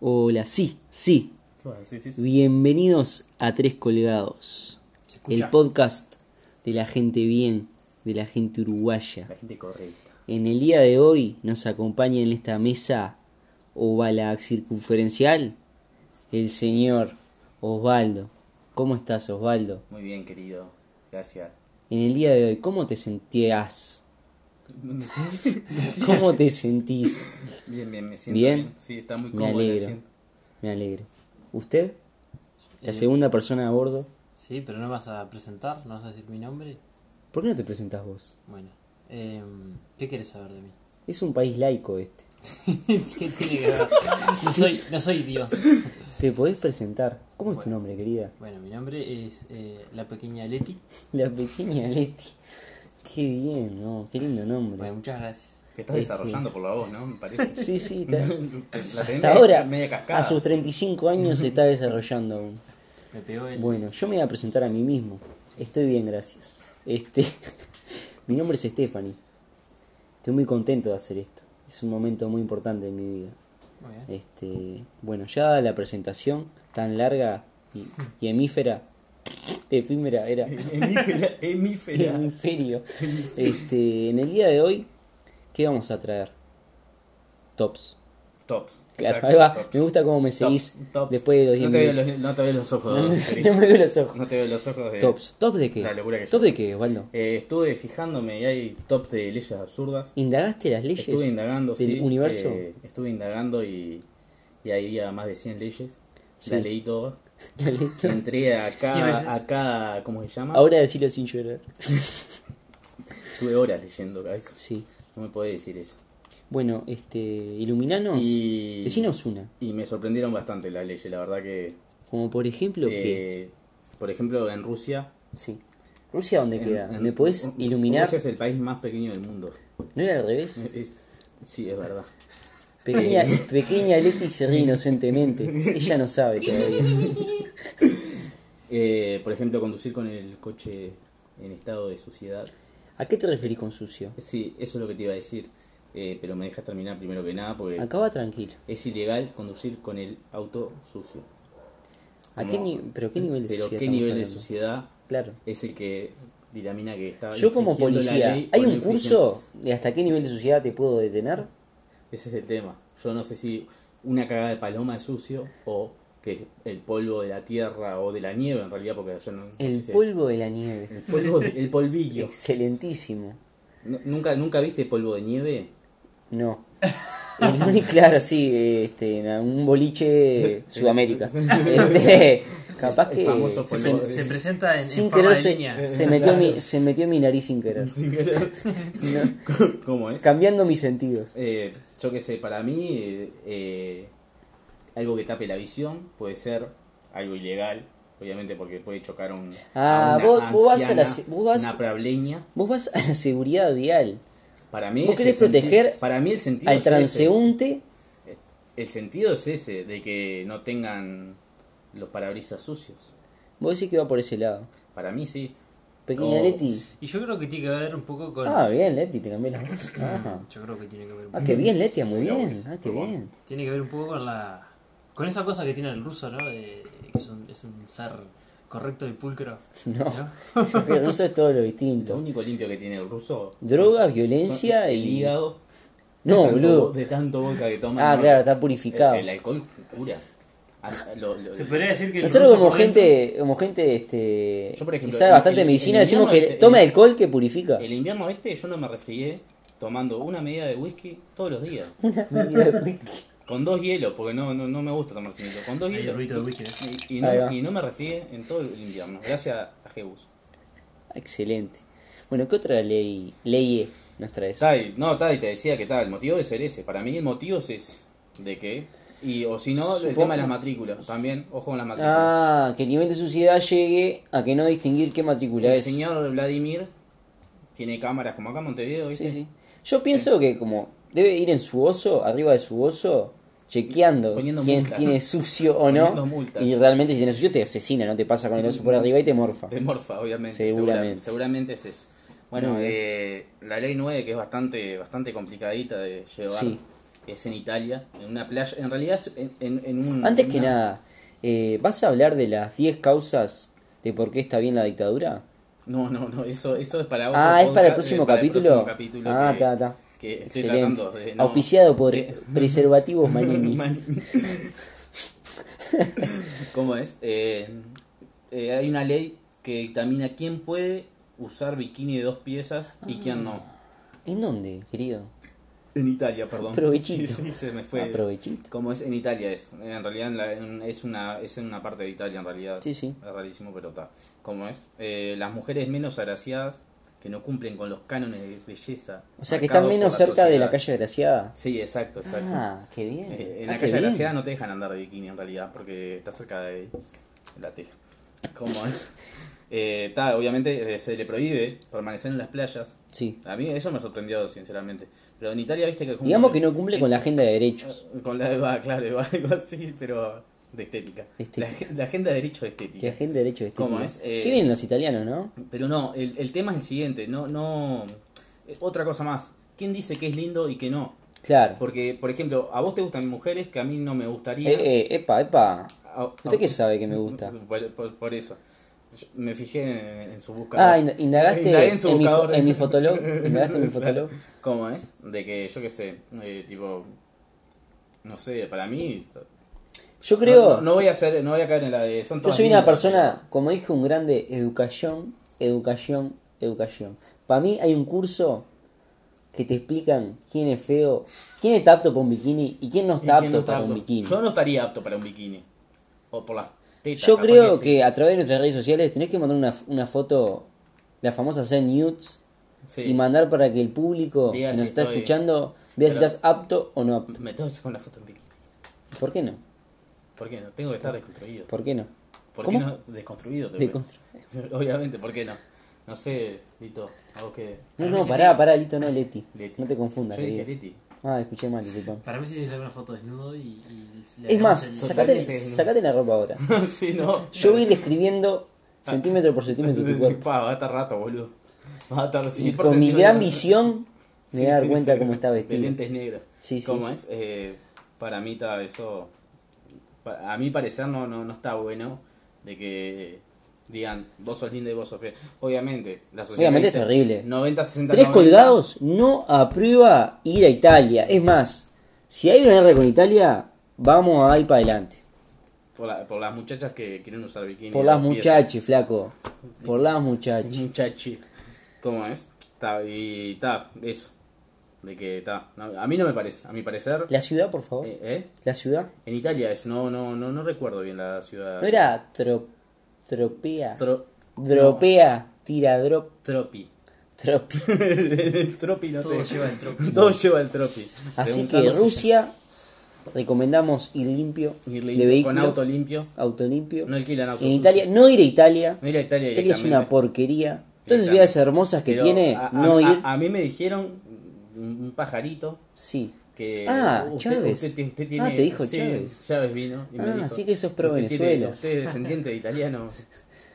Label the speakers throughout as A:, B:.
A: Hola, sí, sí.
B: ¿Qué vas a decir? Sí, sí.
A: Bienvenidos a Tres Colgados.
B: Se escucha.
A: El podcast de la gente bien, de la gente uruguaya.
B: La gente correcta.
A: En el día de hoy nos acompaña en esta mesa ovala circunferencial el señor Osvaldo. ¿Cómo estás, Osvaldo?
B: Muy bien, querido. Gracias.
A: En el día de hoy, ¿cómo te sentías? ¿Cómo te sentís?
B: Bien, bien, me siento
A: Bien.
B: bien. Sí, está muy
A: Me
B: cómodo el
A: alegro.
B: asiento.
A: Me alegro. ¿Usted?
C: Eh.
A: La segunda persona a bordo.
C: Sí, pero no vas a presentar, no vas a decir mi nombre.
A: ¿Por qué no te presentás vos?
C: Bueno, em, ¿qué quieres saber de mí?
A: Es un país laico este.
C: ¿Qué tiene que ver? No soy, no soy Dios.
A: ¿Te podés presentar? ¿Cómo es tu nombre, querida?
C: Bueno, mi nombre es eh, la pequeña Leti.
A: La pequeña Leti. Qué bien, ¿no? Qué lindo nombre.
C: Bueno, muchas gracias.
B: Te estás desarrollando por la voz, ¿no? Me parece.
A: Sí, sí, está-
B: La tenés
A: hasta ahora,
B: media cascada.
A: a sus 35 años, se está desarrollando aún.
C: Me pegó el...
A: Bueno, yo me voy a presentar a mí mismo. Estoy bien, gracias. Este, mi nombre es Stephanie. Estoy muy contento de hacer esto. Es un momento muy importante en mi vida.
C: Muy bien.
A: Este, bueno, ya la presentación tan larga y, y hemífera, efímera era
B: Hemífera, hemífera.
A: hemisferio. Este, en el día de hoy, ¿qué vamos a traer? Tops.
B: Tops.
A: Claro,
B: Exacto,
A: ahí va.
B: tops.
A: Me gusta cómo me seguís
B: Tops, tops.
A: después de los 10
B: no te, veo
A: minutos.
B: los, no te veo los ojos.
A: No me veo los ojos.
B: No te veo los ojos de...
A: Tops. ¿Top de qué?
B: La locura que
A: ¿Top
B: yo-
A: de qué, Osvaldo?
B: Eh, estuve fijándome y hay tops de leyes absurdas.
A: ¿Indagaste las leyes
B: Estuve indagando,
A: del
B: sí,
A: universo?
B: eh, estuve indagando y, y ahí a más de 100 leyes.
A: Sí.
B: Las leí todas. Entré a
C: ¿Qué veces?
B: cada, a cada, ¿cómo se llama?
A: Ahora decirlo sin llorar.
B: Estuve horas leyendo, cabeza.
A: Sí.
B: No me podés decir eso.
A: Bueno, este, iluminanos.
B: Y,
A: Decinos una.
B: y me sorprendieron bastante las leyes, la verdad que...
A: Como por ejemplo que...
B: eh, por ejemplo, en Rusia...
A: Sí. Rusia, ¿dónde
B: en-
A: queda?
B: en-
A: ¿Me podés
B: Ru-
A: iluminar?
B: Rusia es el país más pequeño del mundo.
A: ¿No era al revés?
B: Es- sí, es verdad.
A: Pequeña, pequeña Leti se ríe inocentemente. Ella no sabe todavía.
B: Eh, por ejemplo, conducir con el coche en estado de suciedad.
A: ¿A qué te referís con sucio?
B: Sí, eso es lo que te iba a decir. Eh, pero me dejas terminar primero que nada porque
A: Acaba tranquilo.
B: es ilegal conducir con el auto sucio.
A: ¿A
B: Como-
A: qué ni- ¿Pero qué nivel de
B: Pero
A: suciedad
B: qué
A: estamos
B: nivel de
A: hablando?
B: suciedad
A: Claro.
B: es el que dictamina que está.
A: Yo como
B: infringiendo la
A: policía,
B: ley
A: ¿hay
B: o no
A: un curso de hasta qué nivel de suciedad te puedo detener?
B: infringiendo? Ese es el tema. Yo no sé si una cagada de paloma es sucio o que el polvo de la tierra o de la nieve en realidad, porque yo no. no sé
A: El
B: si-
A: polvo de la nieve.
B: El polvo, de- el polvillo.
A: Excelentísimo.
B: No- ¿Nunca, ¿Nunca viste polvo de nieve?
A: No. El único- claro, sí, este, en algún boliche Sudamérica. Este, capaz
B: El
A: que
B: famoso
C: Se,
B: polvo
C: pre-
B: de-
C: se presenta en, en
A: sin
C: forma
A: querer
C: de
A: se,
C: niña.
A: se metió en mi, se metió en mi nariz sin querer.
B: Sin querer. ¿Cómo es?
A: Cambiando mis sentidos.
B: Eh, yo qué sé, para mí eh, eh, algo que tape la visión puede ser algo ilegal, obviamente porque puede chocar a un
A: Ah,
B: a una
A: vos- vos vas a la
B: anciana,
A: se- vos vas-
B: una prableña.
A: Vos vas a la seguridad vial,
B: Para mí
A: vos
B: es el
A: querés
B: senti-
A: proteger
B: para mí el sentido
A: al
B: es ese.
A: transeúnte.
B: El sentido es ese de que no tengan los parabrisas sucios.
A: Vos decís que va por ese lado.
B: Para mí sí.
A: Pequeña
B: Oh.
A: Leti.
C: Y yo creo que tiene que ver un poco con...
A: Ah, bien, Leti, te cambié la voz. Ah,
C: Yo creo que tiene que ver un
A: Ah,
C: poco...
A: qué bien, Leti, muy bien. Ah, qué bien.
C: Tiene que ver un poco con la... Con esa cosa que tiene el ruso, ¿no? De, que es un, es un ser correcto y pulcro.
A: No, pero eso es todo lo
B: Lo
A: distinto.
B: único limpio que tiene el ruso
A: Drogas,
B: son
A: violencia
B: el
A: y...
B: hígado. de
A: No,
B: tanto
A: boludo.
B: bo- De tanto boca que toma.
A: Ah, claro, está purificado.
B: El, el alcohol cura. Ah, lo- lo-
C: Se podría decir que el
A: Nosotros
C: ruso
A: como
C: por dentro-
A: gente, como gente este,
B: Yo, por ejemplo,
A: que sabe
B: el-
A: bastante de
B: el-
A: medicina,
B: el
A: decimos
B: invierno
A: que
B: es-
A: tome
B: el-
A: alcohol que purifica.
B: El invierno este yo no me resfrié tomando una medida de whisky todos los días. Con dos hielos, porque no, no, no me gusta tomar sin hielo. Con dos
C: Hay
B: hielos.
C: ruido de whisky, ¿eh?
B: Y, y
A: Ahí va.
B: no, y no me resfrié en todo el invierno. Gracias a Jebus.
A: Ah, Excelente. Bueno, ¿qué otra ley, ley E nos traes?
B: Tai, no, Tai, te decía que tal, el motivo es ser ese. Para mí el motivo es ese. ¿De qué? Y, o si no, el
A: Supongo-
B: tema de las matrículas. También, ojo con las matrículas.
A: Ah, que el nivel de suciedad llegue a que no distinguir qué matrícula
B: el
A: es.
B: señor Vladimir tiene cámaras como acá en Montevideo,
A: Sí,
B: ¿viste?
A: sí. Yo pienso que como debe ir en su oso, arriba de su oso, chequeando
B: Poniendo
A: quién
B: multas.
A: tiene sucio o
B: Poniendo
A: no.
B: multas.
A: Y realmente si tiene sucio te asesina, no te pasa con el oso por arriba y te morfa.
B: De Morfa, obviamente.
A: Seguramente.
B: Seguramente. Seguramente es eso. Bueno,
A: Muy bien.
B: eh, la ley 9, que es bastante bastante complicadita de llevar,
A: Sí.
B: es en Italia, en una playa, en realidad es en, en- en un...
A: Antes
B: en
A: que
B: una-
A: nada, eh, ¿vas a hablar de las 10 causas de por qué está bien la dictadura?
B: No, no, no, eso, eso es para otro
A: Ah, ¿es para el
B: podcast, eh,
A: próximo
B: para el
A: capítulo?
B: próximo capítulo
A: ah,
B: que-
A: ta, ta.
B: que estoy
A: Excelente.
B: tratando de- no.
A: Auspiciado por
B: Eh.
A: preservativos Manini.
B: Man- ¿Cómo es? Eh, eh, hay una ley que dictamina quién puede usar bikini de dos piezas y
A: Ah.
B: quién no.
A: ¿En dónde, querido?
B: En Italia, perdón.
A: Provechito.
B: Sí, sí, se me fue.
A: Aprovechito.
B: Como es en Italia es, en realidad en la- en- es una es en una parte de Italia en realidad.
A: Sí, sí.
B: Es rarísimo, pero está. Como es Eh, las mujeres menos agraciadas que no cumplen con los cánones de belleza.
A: O sea, que
B: marcados
A: están menos
B: por la
A: cerca de la
B: sociedad.
A: calle Graciada.
B: Sí, exacto, exacto.
A: Ah, qué bien.
B: Eh, en
A: Ah,
B: la
A: qué
B: calle de la
A: bien.
B: ciudad no te dejan andar de bikini en realidad, porque está cerca de la teja. ¿Cómo es? Eh, ta, obviamente eh, se le prohíbe permanecer en las playas.
A: Sí.
B: A mí eso me sorprendió, sinceramente. Pero en Italia, viste que. es un-
A: Digamos que no cumple
B: eh,
A: con la agenda de derechos.
B: Con la va, claro, va algo así, pero de estética.
A: Estética.
B: La, ag- la agenda de derecho de estética.
A: Que agenda de derechos estética.
B: ¿Cómo es? Eh,
A: Qué bien los italianos, ¿no?
B: Pero no, el, el tema es el siguiente. No, no. eh, Otra cosa más. ¿Quién dice que es lindo y que no?
A: Claro.
B: Porque, por ejemplo, a vos te gustan mujeres que a mí no me gustaría.
A: Eh, eh, epa, epa.
B: A- a-
A: ¿Usted qué sabe que me gusta?
B: Por, por- por eso. Yo me fijé en, en su buscador.
A: Ah, ind- indagaste
B: Indagué
A: en, mi, fo-
B: buscador.
A: en mi fotolog. Indagaste en mi fotolog.
B: ¿Cómo es? De que yo qué sé, eh, tipo. No sé, para mí.
A: Yo creo.
B: No, no- no voy a hacer, no voy a caer en la de. Son
A: Yo
B: todas
A: soy una
B: lindas,
A: persona, como dijo un grande, educación, educación, educación. Para mí hay un curso que te explican quién es feo, quién está apto para un bikini y quién no
B: pero-
A: está
B: ¿Quién
A: apto
B: no
A: para un bikini.
B: Yo no estaría apto para un bikini. O por las tetas.
A: Yo
B: capaz
A: creo
B: sí.
A: que a través de nuestras redes sociales tenés que mandar una, una foto, la famosa Zen Nudes,
B: Sí.
A: y mandar para que el público
B: Diga
A: que
B: si
A: nos está
B: estoy-
A: escuchando vea si
B: Pero-
A: estás apto o no apto.
B: Me tengo que sacar una foto en bikini.
A: ¿Por qué no?
B: ¿Por qué no? Tengo que estar desconstruido.
A: ¿Por qué no?
B: ¿Por
A: ¿Cómo?
B: qué no? Desconstruido. tengo que-
A: Deconstru-
B: Obviamente, ¿por qué no? No sé, Lito, a vos que...
A: No,
B: Para mí
A: no,
B: sí
A: pará,
B: tiene-
A: pará, Lito, no, Leti.
B: Leti.
A: No te confundas,
B: Yo dije
A: querido.
B: Leti.
A: Ah, escuché mal, disculpame.
C: Para mí sí tienes que sacar una foto desnudo y... y le
A: Es más,
C: agregamos el-
A: sacate,
B: totalmente desnudo.
A: sacate la ropa ahora.
B: sí, no.
A: Yo voy a ir escribiendo
B: Ah.
A: centímetro por centímetro tu cuerpo.
B: Pa, va a estar rato, boludo. Va a estar...
A: Y
B: sí, por
A: con mi
B: centímetro.
A: gran visión me
B: Sí,
A: voy a dar
B: sí,
A: cuenta
B: sí,
A: cómo está
B: De
A: vestido.
B: lentes negros.
A: Sí, sí.
B: ¿Cómo es? Eh, para mí está eso... pa- A mi parecer no, no, no está bueno de que digan vos sos linda y vos sos fea. Obviamente, la sociedad
A: Obviamente
B: dice
A: es horrible.
B: 90, 60,
A: Tres
B: 90.
A: colgados no aprueba ir a Italia. Es más, si hay una guerra con Italia, vamos a ir para adelante.
B: Por, la- por las muchachas que quieren usar bikini.
A: Por las
B: pies.
A: muchachas, flaco. Por las muchachas.
B: Muchachi. ¿Cómo es? Ta, y ta, eso. De que ta. no, a mí no me parece. A mi parecer.
A: La ciudad, por favor.
B: eh, ¿eh?
A: La ciudad.
B: En Italia es. No, no, no, no recuerdo bien la ciudad.
A: ¿No era tro- tropea?
B: Tro-
A: Dropea, tira drop,
B: tropi.
A: tropea.
B: el tropi no
C: Todo
B: te.
C: lleva el tropi.
B: Todo lleva el tropi.
A: Así que
B: Preguntando si-
A: Rusia, recomendamos ir limpio,
B: Ir
A: de
B: limpio,
A: vehículo,
B: con auto limpio.
A: auto limpio.
B: No alquilan auto.
A: en Italia, no ir a Italia.
B: No ir a Italia.
A: Italia es una
B: directamente.
A: porquería. Todas
B: Directamente.
A: las ciudades hermosas que
B: Pero
A: tiene,
B: a- a-
A: no
B: a-
A: ir.
B: a mí me dijeron un un pajarito
A: sí.
B: que
A: Ah,
B: usted,
A: Chávez.
B: usted- usted tiene-
A: Ah, te dijo
B: sí,
A: Chávez.
B: vino y me
A: Ah,
B: dijo,
A: así que sos
B: "Usted
A: pro
B: tiene-
A: Venezuela".
B: Usted es descendiente de italiano,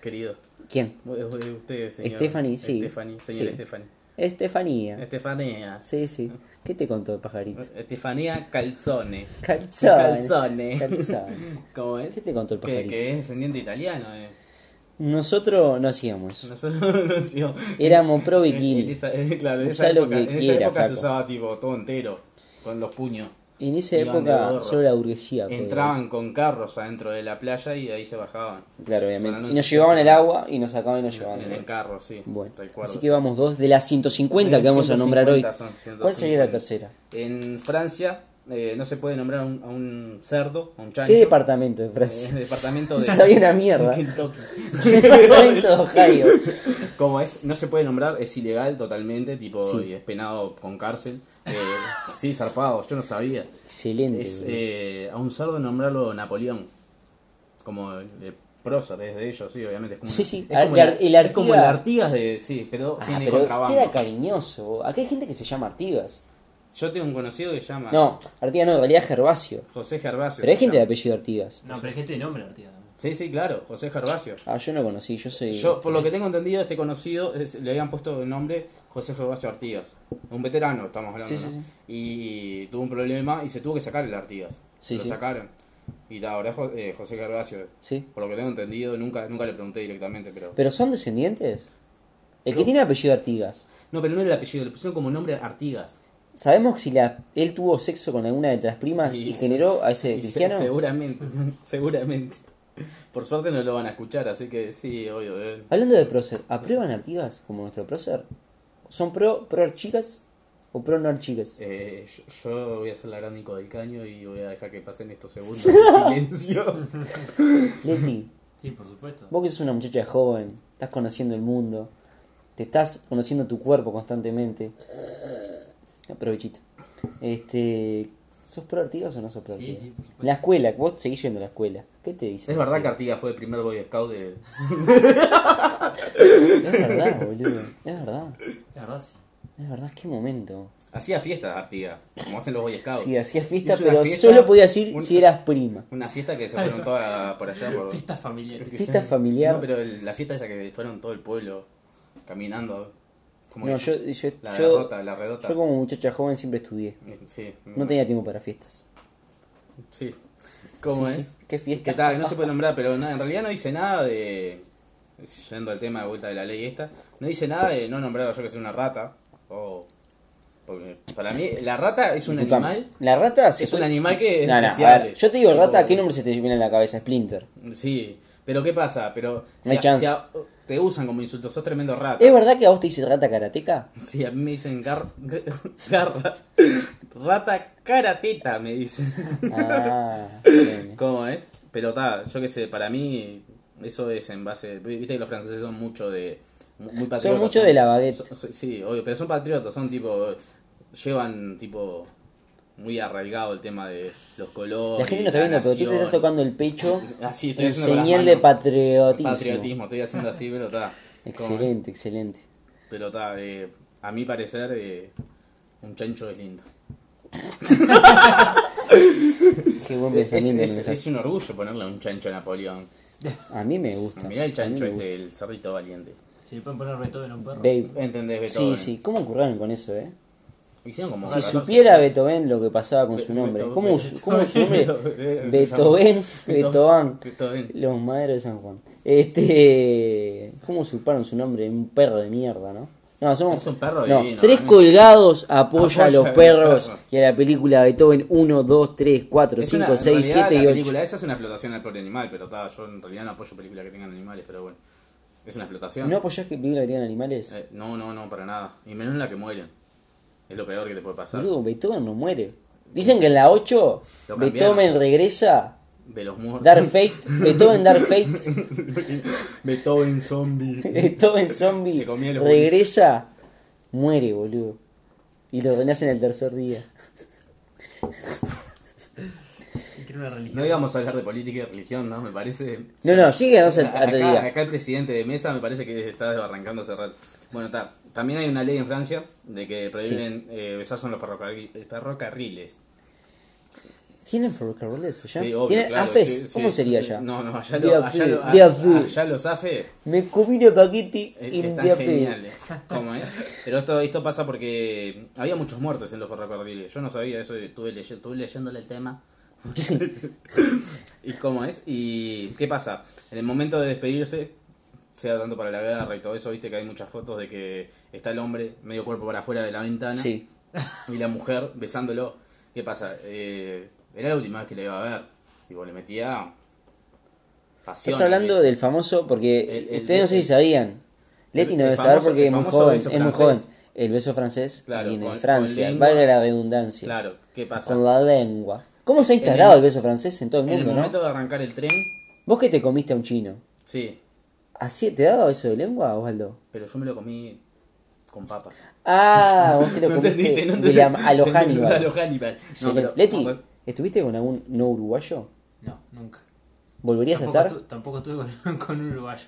B: querido.
A: ¿Quién?
B: Usted, señor.
A: Stephanie, sí.
B: Stephanie, señor
A: Sí.
B: Stephanie.
A: Estefanía.
B: Estefanía.
A: Sí, sí. ¿Qué te contó el pajarito?
B: Estefanía Calzone.
A: Calzone.
B: Calzone.
A: Calzone.
B: ¿Cómo es?
A: ¿Qué te contó el
B: Que,
A: pajarito?
B: que es descendiente italiano. eh.
A: Nosotros no hacíamos. eso.
B: Nosotros no hicimos-
A: Éramos pro
B: En
A: bikini.
B: esa, eh, claro, en esa
A: Usá lo
B: época,
A: que
B: en esa
A: quiera,
B: época se
A: flaco.
B: usaba tipo todo entero, con los puños.
A: En esa
B: Iban de
A: época
B: gorro.
A: solo la burguesía. podía ir.
B: Entraban con carros adentro de la playa y de ahí se bajaban.
A: Claro,
B: Para
A: obviamente.
B: no
A: Y nos
B: ensuciarse.
A: llevaban el agua y nos sacaban y nos llevaban
B: En
A: el
B: el carro, sí.
A: Bueno,
B: recuerdo.
A: así que vamos dos de las 150 que vamos a nombrar hoy.
B: 150 son, 150.
A: ¿Cuál sería la tercera?
B: En Francia eh, no se puede nombrar a un, a un cerdo, a un chancho.
A: ¿Qué departamento de
B: Eh,
A: Francia?
B: el departamento
A: No
B: de.
A: sabía una mierda.
B: Kentucky.
A: departamento de Ohio.
B: eh, Como es, no se puede nombrar, es ilegal totalmente, tipo,
A: Sí.
B: y es penado con cárcel. Eh, sí, zarpado, yo no sabía.
A: Excelente.
B: Es
A: boludo.
B: eh, a un cerdo nombrarlo Napoleón. Como el, el prócer, es de ellos, sí, obviamente. Es como,
A: Sí, sí,
B: es como
A: el ar- el
B: es como el
A: Artigas-
B: Artigas de. Sí, pero
A: Ah,
B: sin el
A: pero
B: contrabando.
A: queda cariñoso. boludo. Acá hay gente que se llama Artigas.
B: Yo tengo un conocido que se llama
A: No, Artigas no, en realidad es Gervasio.
B: José Gervasio.
A: Pero hay
B: Ah. se
A: gente de
B: llama.
A: apellido Artigas.
C: No, pero hay gente de nombre, Artigas. también.
B: Sí, sí, claro, José Gervasio.
A: Ah, yo no conocí, yo soy.
B: Yo, por lo que tengo entendido, este conocido es- le habían puesto el nombre José Gervasio Artigas, un veterano, estamos hablando,
A: Sí, sí,
B: ¿no? Y tuvo un problema y se tuvo que sacar el Artigas.
A: Sí,
B: lo
A: sí.
B: sacaron. Y la verdad, Jo- eh, José Gervasio,
A: Sí.
B: por lo que tengo entendido, nunca, nunca le pregunté directamente, pero...
A: ¿Pero son descendientes? El que
B: No.
A: tiene apellido Artigas.
B: No, pero no era el apellido, le pusieron como nombre Artigas.
A: ¿Sabemos si la, él tuvo sexo con alguna de las primas y,
B: Y-
A: generó a ese
B: Y se-
A: cristiano?
B: seguramente, seguramente. Por suerte no lo van a escuchar, así que sí, obvio. eh.
A: Hablando de prócer, ¿aprueban Artigas como nuestro prócer? ¿Son pro, pro chicas o pro no chicas?
B: Eh, yo, yo voy a ser la gran Nico del Caño y voy a dejar que pasen estos segundos de silencio.
A: Leti,
C: Sí, por supuesto.
A: vos que sos una muchacha joven, estás conociendo el mundo, te estás conociendo tu cuerpo constantemente. Aprovechita. Este, ¿Sos pro Artigas o no sos pro
C: Sí,
A: Artigas?
C: sí, por supuesto.
A: la escuela, vos seguís yendo a la escuela. ¿Qué te dice?
B: Es verdad que Artigas fue el primer Boy Scout de...
A: Es verdad, boludo. Es verdad.
C: La verdad sí.
A: Es verdad, qué momento.
B: Hacía fiestas Artigas, como hacen los Boy Scouts.
A: Sí, hacías fiesta,
B: Hizo una
A: pero
B: fiesta,
A: solo podías ir
B: un-
A: si eras prima.
B: Una fiesta que se fueron todas por allá. Por...
C: Fiestas familiares.
A: Fiesta familiar.
B: No, pero el- la fiesta esa que fueron todo el pueblo caminando. Como
A: No,
B: que-
A: yo, yo,
B: La
A: yo-
B: derrota, la redota.
A: yo como muchacha joven siempre estudié.
B: Sí.
A: No tenía tiempo para fiestas.
B: Sí. ¿Cómo
A: Sí,
B: es?
A: sí. ¿Qué fiesta?
B: Que tal, no se puede nombrar, pero no, en realidad no dice nada de. Yendo al tema de vuelta de la ley esta, no dice nada de no nombrar a yo que soy una rata. O. Porque para mí, la rata es un
A: Disculpame.
B: animal.
A: La rata se
B: Es un
A: puede-
B: animal que es
A: No, no,
B: especial.
A: a ver, yo te digo
B: Tipo,
A: rata, ¿qué nombre se te viene a la cabeza? Splinter.
B: Sí, pero ¿qué pasa? Pero
A: No hay chance.
B: te usan como insulto, sos tremendo rata.
A: ¿Es verdad que a vos te dice rata karateca?
B: Sí, a mí me dicen gar- garra, rata karatita, me dicen.
A: Ah, bien.
B: ¿Cómo es? Pero está, yo qué sé, para mí eso es en base. Viste que los franceses son mucho de. Muy patriotas.
A: mucho de la baguette.
B: son- son- sí, obvio, pero son patriotas, son tipo. Llevan tipo. Muy arraigado el tema de los colores.
A: la gente no está viendo, pero tú te estás tocando el pecho
B: Así, estoy
A: en
B: haciendo con las
A: señal de
B: manos.
A: patriotismo.
B: Patriotismo, estoy haciendo así, pero está. ¿Cómo es?
A: Excelente, excelente.
B: Pero está, eh, a mi parecer, eh, un chancho es lindo.
A: Qué buen
B: Es, es-
A: pensamiento.
B: es-
A: que me
B: es un orgullo ponerle un chancho a Napoleón.
A: estás- A mí me gusta.
B: Mirá
A: a
B: el
A: mí
B: chancho este.
A: me
B: es
A: gusta.
B: del Cerrito Valiente.
C: Si le pueden poner Beethoven a un perro.
A: Babe.
B: ¿Entendés,
A: Sí,
B: Beethoven?
A: sí, ¿cómo curraron con eso, eh?
B: Ah, Hicieron como
A: Si
B: 14.
A: supiera Beethoven lo que pasaba con su
B: Be-
A: nombre.
B: Beethoven-
A: ¿Cómo, su- cómo su nombre?
B: Beethoven.
A: Beethoven, Beethoven,
B: Beethoven.
A: los maderos de San Juan. Este, ¿cómo usurparon su nombre? Un perro de mierda, ¿no? No, somos
B: Es un perro
A: no,
B: divino,
A: tres
B: ¿eh?
A: colgados apoya a
B: Apoya
A: los
B: al
A: perros
B: perro.
A: y a la película Beethoven 1, 2, 3, 4,
B: Es una-
A: 5,
B: en
A: 6,
B: realidad,
A: 7
B: la
A: y 8.
B: película esa es una explotación al pobre animal, pero está, yo en realidad no apoyo películas que tengan animales, pero bueno. Es una explotación.
A: ¿No pues. apoyás que película que tienen animales?
B: Eh, no, no, no, para nada. Y menos en la que mueren. Es lo peor que le puede pasar.
A: Boludo, Beethoven no muere. Dicen que en la 8
B: Lo cambiaron.
A: Beethoven regresa.
B: De los muertos.
A: Dark Fate, Beethoven Dark Fate,
B: Beethoven zombie.
A: Beethoven Zombie
B: Se comía los bulis.
A: regresa, muere, boludo. Y lo renace en el tercer día.
C: Quiere una religión.
B: No íbamos a hablar de política y de religión, ¿no? Me parece.
A: No, no, sigue no se
B: Acá,
A: día.
B: acá el presidente de mesa me parece que está desbarrancando a cerrar. Bueno, está. También hay una ley en Francia de que prohíben eh, besarse en los ferrocarri- eh, ferrocarriles.
A: ¿Tienen ferrocarriles allá?
B: Sí, obvio,
A: ¿Tienen
B: claro,
A: AFES?
B: sí, sí.
A: ¿Cómo sería allá?
B: No, no, allá,
A: De
B: lo, allá, lo- ah,
A: AFE, de AFE.
B: allá los AFE
A: Me comí una paquete
B: eh,
A: y me
B: están geniales. ¿Cómo es? Pero esto, esto pasa porque había muchos muertos en los ferrocarriles. Yo no sabía eso, y estuve, leyendo, estuve leyéndole el tema. ¿Y cómo es? ¿Y qué pasa? En el momento de despedirse, sea tanto para la guerra y todo eso, viste que hay muchas fotos de que está el hombre medio cuerpo para afuera de la ventana
A: Sí.
B: y la mujer besándolo. ¿Qué pasa? Eh, era la última vez que le iba a ver. Y vos le metía pasión.
A: Estás hablando
B: del
A: del famoso, porque
B: El- el-
A: ustedes no sé si sabían. Leti no
B: el
A: debe saber
B: famoso-
A: porque
B: el
A: es muy
B: famoso
A: joven.
B: beso
A: Es muy joven.
B: francés.
A: El beso francés
B: Claro,
A: viene
B: con-
A: de Francia.
B: con lengua.
A: valga la redundancia.
B: Claro, ¿qué pasa?
A: Con la lengua. ¿Cómo se ha
B: En el-
A: instalado el, beso francés en todo el
B: En el
A: mundo,
B: momento
A: no?
B: de arrancar el tren,
A: Vos que te comiste a un chino.
B: sí,
A: ¿Así te daba beso de lengua, Osvaldo?
B: pero yo me lo comí con papas.
A: Ah, vos te lo
B: No
A: comiste
B: entendiste, no
A: de la-
B: entendiste.
A: a los Hannibal.
B: A los Hannibal. No,
A: Excelente.
B: pero-
A: Leti,
B: no,
A: ¿estuviste con algún no uruguayo?
C: No, nunca.
A: ¿Volverías
C: Tampoco,
A: a estar?
C: estu- tampoco estuve con, con un uruguayo.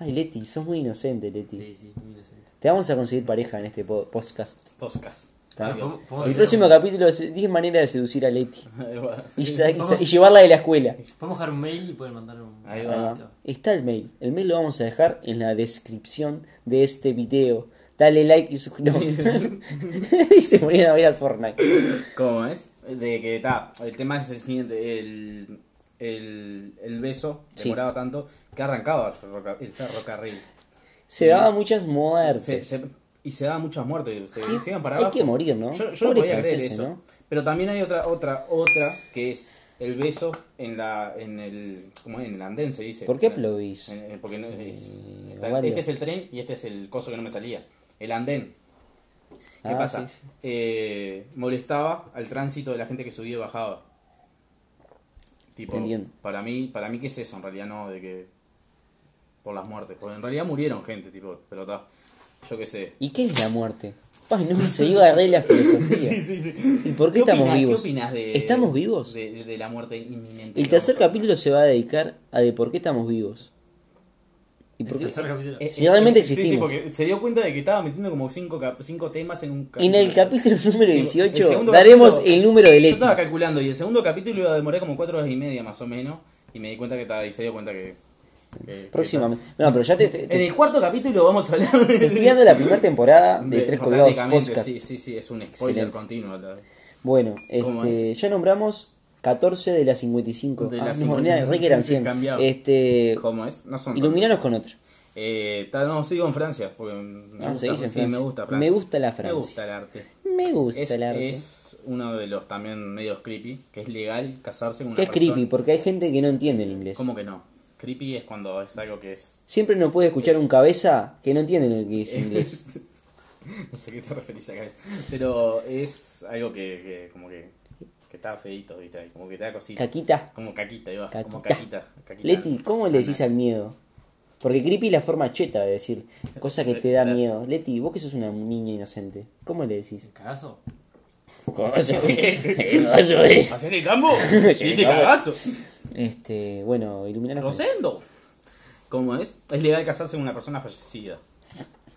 A: Ay, Leti, sos muy inocente, Leti.
C: Sí, sí, muy inocente.
A: Te vamos a conseguir pareja en este po- podcast.
B: podcast.
A: ¿tá?
C: Ah, ¿podemos- podemos
A: El
C: hacer
A: próximo
C: un-
A: capítulo es 10 maneras de seducir a Leti.
B: Ahí va.
A: Y, sa- y sa-
C: Vamos.
A: y llevarla de la escuela.
C: Podemos dejar un mail y pueden mandar un.
B: Ahí
A: Ahí va.
B: va.
C: mensajito.
A: Está el mail. El mail lo vamos a dejar en la descripción de este video. Dale like y suscríbete. y se ponían a ver al Fortnite.
B: ¿Cómo es? De que ta, el tema es el siguiente, el, el, el beso
A: Sí.
B: demoraba tanto que arrancaba el, ferroca- el ferrocarril.
A: Se daba muchas muertes.
B: Se- se- y se daba muchas muertes, se, se iban para
A: Hay
B: abajo.
A: que morir, ¿no?
B: Yo, yo no
A: Pobres
B: podía creer
A: franceses,
B: eso.
A: ¿no?
B: Pero también hay otra, otra, otra que es el beso en la, en el, ¿cómo es? En el andén se dice.
A: ¿Por qué
B: En-
A: aplaudís?
B: en- en- Porque no es- es-
A: Eh,
B: está-
A: Ovalio.
B: este es el tren y este es el coso que no me salía, el andén. ¿Qué
A: Ah,
B: pasa?
A: sí, sí.
B: Eh, molestaba al tránsito de la gente que subía y bajaba. Tipo,
A: Entiendo.
B: para mí, para mí qué es eso, en realidad no, de que por las muertes, porque en realidad murieron gente, tipo, pero está, yo qué sé.
A: ¿Y qué es la muerte? Ay, no, se iba de regla filosofía.
B: sí, sí.
A: ¿Y por qué estamos
B: opinás-
A: vivos?
B: ¿Qué opinas de
A: ¿Estamos vivos?
B: de, de- de la muerte inminente?
A: El
B: que vamos
A: tercer
B: a ver?
A: capítulo se va a dedicar a de por qué estamos vivos. ¿Y por
C: El
A: qué?
C: Este tercer capítulo.
B: Eh,
A: Si realmente
B: eh, sí,
A: existimos.
B: Sí, porque se dio cuenta de que estaba metiendo como cinco, cap- cinco temas en un
A: Y en el capítulo número
B: Sí, el
A: 18
B: segundo
A: daremos
B: capítulo- eh,
A: el número del
B: Yo estaba
A: ético.
B: calculando y el segundo capítulo iba a demorar como cuatro horas y media más o menos. Y me di cuenta que estaba y se dio cuenta que. que-
A: Próximamente. No, pero ya te, te-
B: que-
A: te-
B: en el cuarto capítulo vamos a hablar de.
A: te estoy dando la primera temporada de
B: de-
A: Tres Colgados
B: prácticamente,
A: Podcast.
B: Sí, sí, sí, es un spoiler
A: Excelente.
B: continuo. la-
A: Bueno,
B: ¿Cómo
A: este, ya nombramos 14 de las 55.
B: De
A: ah,
B: las
A: no, mirá,
B: 55,
A: re que eran
B: sí,
A: 100.
B: cambiado.
A: Este,
B: ¿Cómo es? No son.
A: iluminanos con otra.
B: Eh, está- no, sigo en Francia. Porque me
A: Ah,
B: gusta,
A: seguís en
B: sí,
A: Francia.
B: me gusta
A: Me
B: Francia.
A: gusta la Francia.
B: Me gusta el arte.
A: Me gusta
B: Es,
A: el arte.
B: es uno de los también medios creepy, que es legal casarse con una
A: que es
B: persona.
A: creepy, pues? porque hay gente que no entiende el inglés.
B: ¿Cómo que no? Creepy es cuando es algo que es
A: Siempre no puede escuchar un cabeza que no entiende lo que dice inglés.
B: no sé a qué te referís acá. Pero es algo que, que como que, que está feito, ¿viste? ahí, Como que te da cosita.
A: Caquita.
B: Como caquita, iba. Como
A: Caquita.
B: caquita. caquita.
A: Leti, ¿cómo le decís al miedo? Porque creepy es la forma cheta de decir, cosa que te da
B: Gracias.
A: miedo. Leti, vos que sos una niña inocente, ¿cómo le decís?
C: ¿Cagazo?
B: ¿Hacer el campo?
A: Sí,
B: ¿Y te
A: claro.
B: cagaste?
A: Este, bueno, iluminar
B: ¡Rosendo! ¿Cómo es? Es legal casarse con una persona fallecida.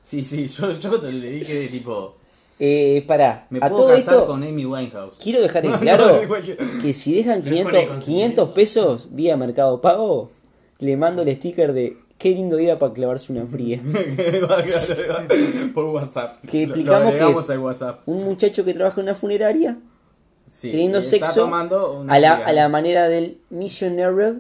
B: Sí, sí, yo, yo te le dije tipo.
A: Eh, pará,
B: Me
A: a
B: puedo
A: todo
B: casar
A: esto
B: con Amy Winehouse.
A: quiero dejar en
B: No, no,
A: claro
B: de cualquier-
A: que si dejan
C: con el
A: 500, 500
C: consentimiento.
A: pesos vía Mercado Pago, le mando el sticker de qué lindo día para clavarse una fría.
B: Por WhatsApp.
A: Que
B: Lo- lo
A: explicamos que
B: agregamos
A: es-
B: al WhatsApp.
A: Un muchacho que trabaja en una funeraria
B: Sí,
A: teniendo
B: está
A: sexo
B: tomando una
A: a la,
B: tía.
A: a la manera del misionero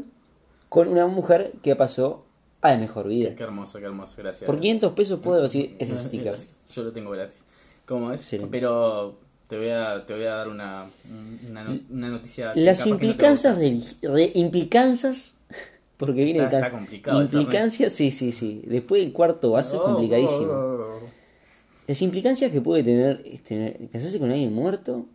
A: con una mujer que pasó a la mejor vida.
B: Qué hermoso, qué hermoso, gracias.
A: Por 500 pesos puedo recibir ese sticker.
B: Gracias, Yo lo tengo gratis. ¿Cómo es?
A: Excelente.
B: Pero te voy a, te voy a dar una, una, no- una noticia. que
A: Las
B: capaz que no te
A: implicanzas
B: gusta.
A: de re- implicanzas porque viene de
B: Está- está complicado, está
A: Implicancias, sí, sí, sí. Después del cuarto vaso es
B: Oh,
A: complicadísimo.
B: oh, oh,
A: Las implicancias que puede tener este, casarse con alguien muerto.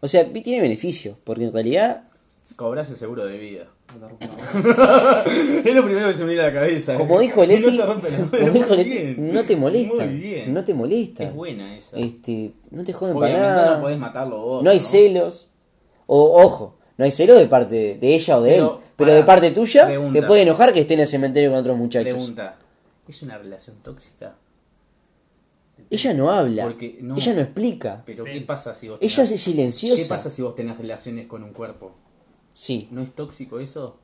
A: O sea, vi- tiene beneficios, porque en realidad,
B: oh. Cobras el seguro de vida.
C: No te rompo la bola.
B: es lo primero que se me viene a la cabeza.
A: como
B: eh.
A: dijo
B: Y
A: Leti,
B: no te rompe la
A: como
B: bola,
A: dijo
B: muy
A: Leti,
B: bien.
A: no te molesta.
B: Muy bien.
A: No te molesta.
B: Es buena esa.
A: Este, no te joden para
B: Obviamente
A: nada.
B: no podés matarlo vos.
A: No hay celos. O, ojo, no hay celos de parte de ella o de
B: Pero,
A: él. Pero de
B: pará,
A: parte tuya,
B: pregunta.
A: te puede enojar que esté en el cementerio con otros muchachos.
B: Pregunta: ¿es una relación tóxica?
A: Ella no habla.
B: Porque no.
A: Ella no explica.
B: Pero ¿qué pasa si vos
A: Ella
B: tenés-
A: es silenciosa.
B: ¿Qué pasa si vos tenés relaciones con un cuerpo?
A: Sí.
B: ¿No es tóxico eso?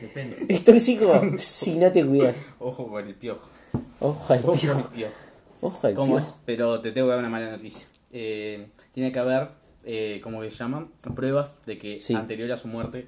C: Depende.
A: Es tóxico si no te cuidas.
B: Ojo con el piojo.
A: Ojo al
B: Ojo con el
A: piojo.
B: piojo.
A: Ojo al
B: ¿Cómo
A: piojo.
B: es? Pero te tengo que dar una mala noticia. Eh, tiene que haber, eh, como que llaman, pruebas de que
A: Sí.
B: anterior a su muerte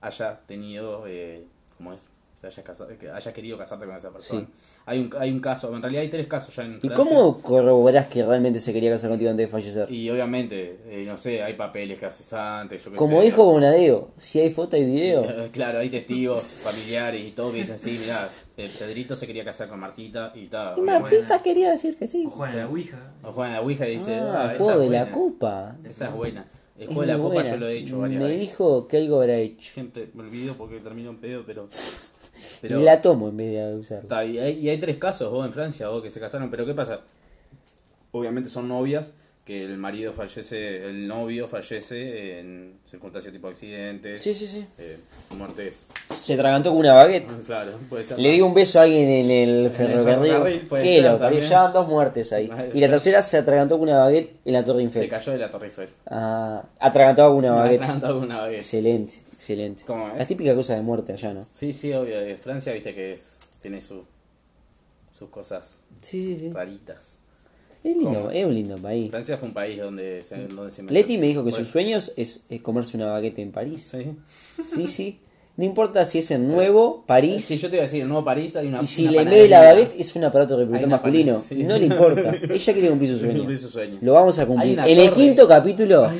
B: haya tenido, eh, ¿cómo es? Que hayas, casa- que hayas querido casarte con esa persona.
A: Sí.
B: Hay, un, hay un caso, en realidad hay tres casos ya en
A: ¿Y
B: Francia.
A: cómo corroborás que realmente se quería casar contigo antes de fallecer?
B: Y obviamente, eh, no sé, hay papeles que haces antes, yo qué
A: Como
B: sé.
A: dijo Bonadeo, si hay foto y video,
B: Eh, Claro, hay testigos, familiares y todo que dicen, sí, mirá, el Cedrito se quería casar con Martita y tal.
A: Y
C: Mar-
A: Martita quería decir que sí.
C: O juegan a la Ouija.
B: O juegan a la Ouija y dice, ah,
A: Ah,
B: esa
A: juego
B: es
A: de la
B: buena".
A: copa.
B: Esa es buena. El
A: Es
B: juego de la
A: muy
B: copa
A: buena.
B: yo lo he hecho varias
A: Me
B: veces.
A: dijo que algo habrá hecho.
B: Siempre me olvido porque termino en pedo, pero.
A: Y
B: pero
A: la tomo en vez de usarla.
B: Está, y, hay, y hay tres casos, vos en Francia, vos que se casaron, pero ¿qué pasa? Obviamente son novias, que el marido fallece, el novio fallece en circunstancias tipo accidentes,
A: Sí, sí, sí.
B: eh, muertes.
A: Se tragantó con una baguette.
B: Claro, puede ser.
A: Le dio un beso a alguien en el ferrocarril.
B: ferrocarril, puede
A: Que
B: ser
A: lo parió,
B: también.
A: ya van dos muertes ahí.
B: Madre
A: Y la
B: mía.
A: tercera se atragantó con una baguette en la Torre
B: Ah, Se
A: Eiffel.
B: cayó de la Torre Eiffel.
A: Ah, atragantado con una
B: Me
A: baguette.
B: atragan todo una vez.
A: Excelente, excelente.
B: ¿Cómo es?
A: La típica cosa de muerte allá, ¿no?
B: Sí, sí, obvio. eh, Francia, viste que es, tiene su, sus cosas
A: Sí, sí, sí.
B: raritas.
A: Es lindo,
B: ¿Cómo?
A: es un lindo país.
B: Francia fue un país donde se, donde se metió.
A: Leti me dijo que
B: Bueno,
A: sus sueños es, eh, comerse una baguette en París.
B: sí.
A: Sí, sí. No importa si es en Nuevo, París.
B: Sí, yo te iba a decir, en Nuevo París hay una.
A: y si
B: una
A: le mete la
B: panadería.
A: baguette es un aparato reproductor
B: Hay una
A: masculino.
B: panadería, sí.
A: No le importa. Ella quiere cumplir su sueño.
B: Cumplir su sueño.
A: Lo vamos a
B: Hay
A: cumplir.
B: una
A: En el
B: torre.
A: quinto capítulo,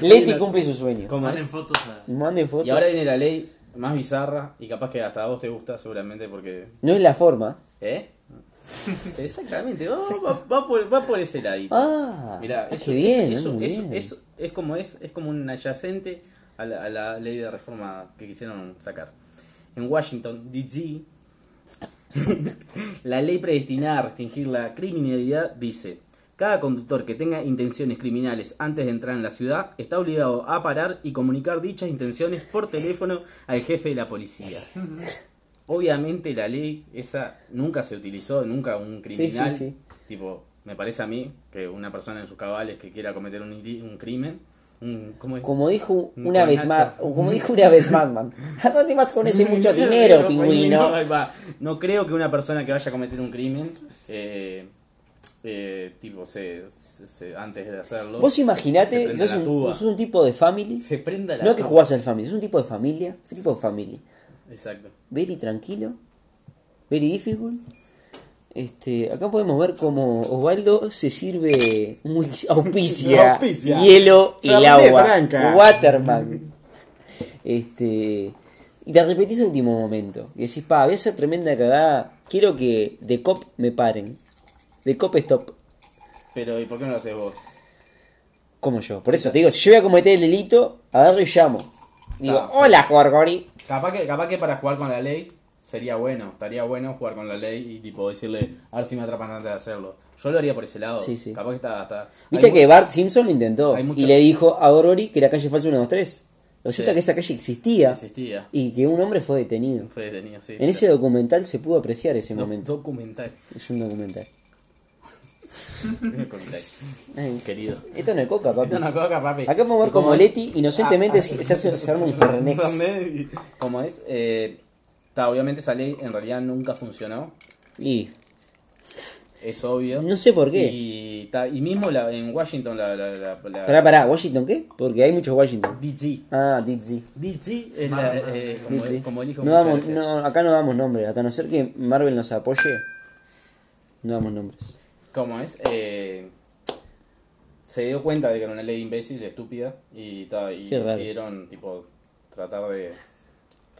A: Leti
B: una-
A: cumple su sueño.
B: ¿Cómo es?
C: Manden fotos a.
A: Manden fotos.
B: Y ahora viene la ley más bizarra y capaz que hasta a vos te gusta, seguramente, porque.
A: No es la forma.
B: ¿Eh? Exactamente, va, va- va por, va por ese ladito.
A: Ah,
B: Mirá,
A: ah,
B: eso,
A: qué bien. ah,
B: eso- eso-
A: muy
B: eso-
A: bien.
B: eso es como es, es como un adyacente a la, a la ley de reforma que quisieron sacar. En Washington, D.C., la ley predestinada a restringir la criminalidad dice, cada conductor que tenga intenciones criminales antes de entrar en la ciudad está obligado a parar y comunicar dichas intenciones por teléfono al jefe de la policía. Obviamente la ley esa nunca se utilizó, nunca un criminal,
A: sí, sí.
B: tipo, me parece a mí que una persona en sus cabales que quiera cometer un, ili- un crimen, un, ¿cómo es?
A: Como dijo
B: Un
A: una vez más,
B: conato.
A: como dijo una vez Madman, ¿a dónde vas con ese mucho
B: pues,
A: dinero, pingüino?
B: Ahí va. No creo que una persona que vaya a cometer un crimen, eh, eh, tipo, se, se- se- antes de hacerlo,
A: Vos
B: Se
A: imaginate,
B: prende
A: vos sos
B: la
A: un,
B: tuba.
A: vos sos un tipo de family,
B: se prenda la
A: no que
B: tuba.
A: jugás al family, es un tipo de familia, es un tipo de familia,
B: Exacto.
A: very tranquilo, very difficult. Este, acá podemos ver como Osvaldo se sirve un whisky- auspicia,
B: Auspicia.
A: hielo y el
B: Fernet
A: agua,
B: Branca.
A: Waterman. Este, y te repetís el último momento. Y decís, pa, voy a hacer tremenda cagada. Quiero que de cop me paren. De cop stop.
B: Pero, ¿y por qué no lo haces vos?
A: Como yo. Por eso te digo, si yo voy a cometer el delito, agarro y llamo. Digo,
B: Claro.
A: hola, Gorgori.
B: Capaz que, capaz que para jugar con la ley sería bueno, estaría bueno jugar con la ley y tipo decirle, a ver si me atrapan antes de hacerlo. Yo lo haría por ese lado.
A: Sí, sí.
B: Capaz que está hasta...
A: Viste
B: hay
A: que
B: mu-
A: Bart Simpson lo intentó.
B: hay mucho-
A: Y le dijo a Gorgori que la calle falsa 123. Resulta
B: Sí.
A: que esa calle existía.
B: Existía.
A: Y que un hombre fue detenido.
B: Fue detenido, sí.
A: En ese documental se pudo apreciar ese
B: Do-
A: momento.
B: documental.
A: Es un documental.
B: Documental.
A: Ay,
B: Querido.
A: Esto no es coca, papi.
B: No, no, coca, papi.
A: Acá podemos ver
B: Y como
A: como
B: es-
A: Leti inocentemente
B: Ah, ah,
A: se, se hace, se arma un Fernet.
B: Fernet y- Como es, eh, ta, obviamente esa ley en realidad nunca funcionó,
A: Y
B: es obvio.
A: no sé por qué.
B: Y, ta, y mismo la- en Washington, la, la, la, la-
A: Pará, pará, ¿Washington qué? Porque hay muchos Washington.
B: DG.
A: Ah, DG.
B: DG es
C: Mamá,
B: la, eh, como,
A: DG.
B: como elijo.
A: no damos, no, acá no damos nombres, hasta no ser que Marvel nos apoye, no damos nombres.
B: Como es, eh, se dio cuenta de que era una ley imbécil, estúpida, y, ta, y
A: Qué raro.
B: decidieron, tipo, tratar de...